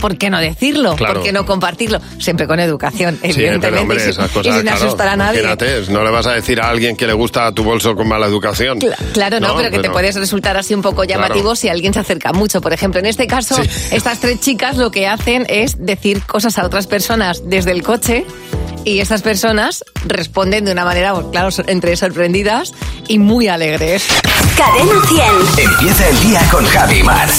S4: ¿por qué no decirlo?
S3: Claro.
S4: ¿Por qué no compartirlo? Siempre con educación,
S3: Sí,
S4: evidentemente.
S3: pero hombre,
S4: y sin-
S3: esas
S4: y
S3: cosas,
S4: sin
S3: claro,
S4: asustar a nadie.
S3: imagínate, no le vas a decir a alguien que le gusta tu bolso con mala educación.
S4: Cla- Claro, no, pero que te puedes resultar así un poco
S3: Claro.
S4: llamativo si alguien se acerca mucho. Por ejemplo, en este caso, estas tres chicas lo que hacen es decir cosas a otras personas desde el coche y estas personas responden de una manera, pues, claro, so- entre sorprendidas y muy alegres.
S24: Cadena 100.
S12: Empieza el día con Javi Mar.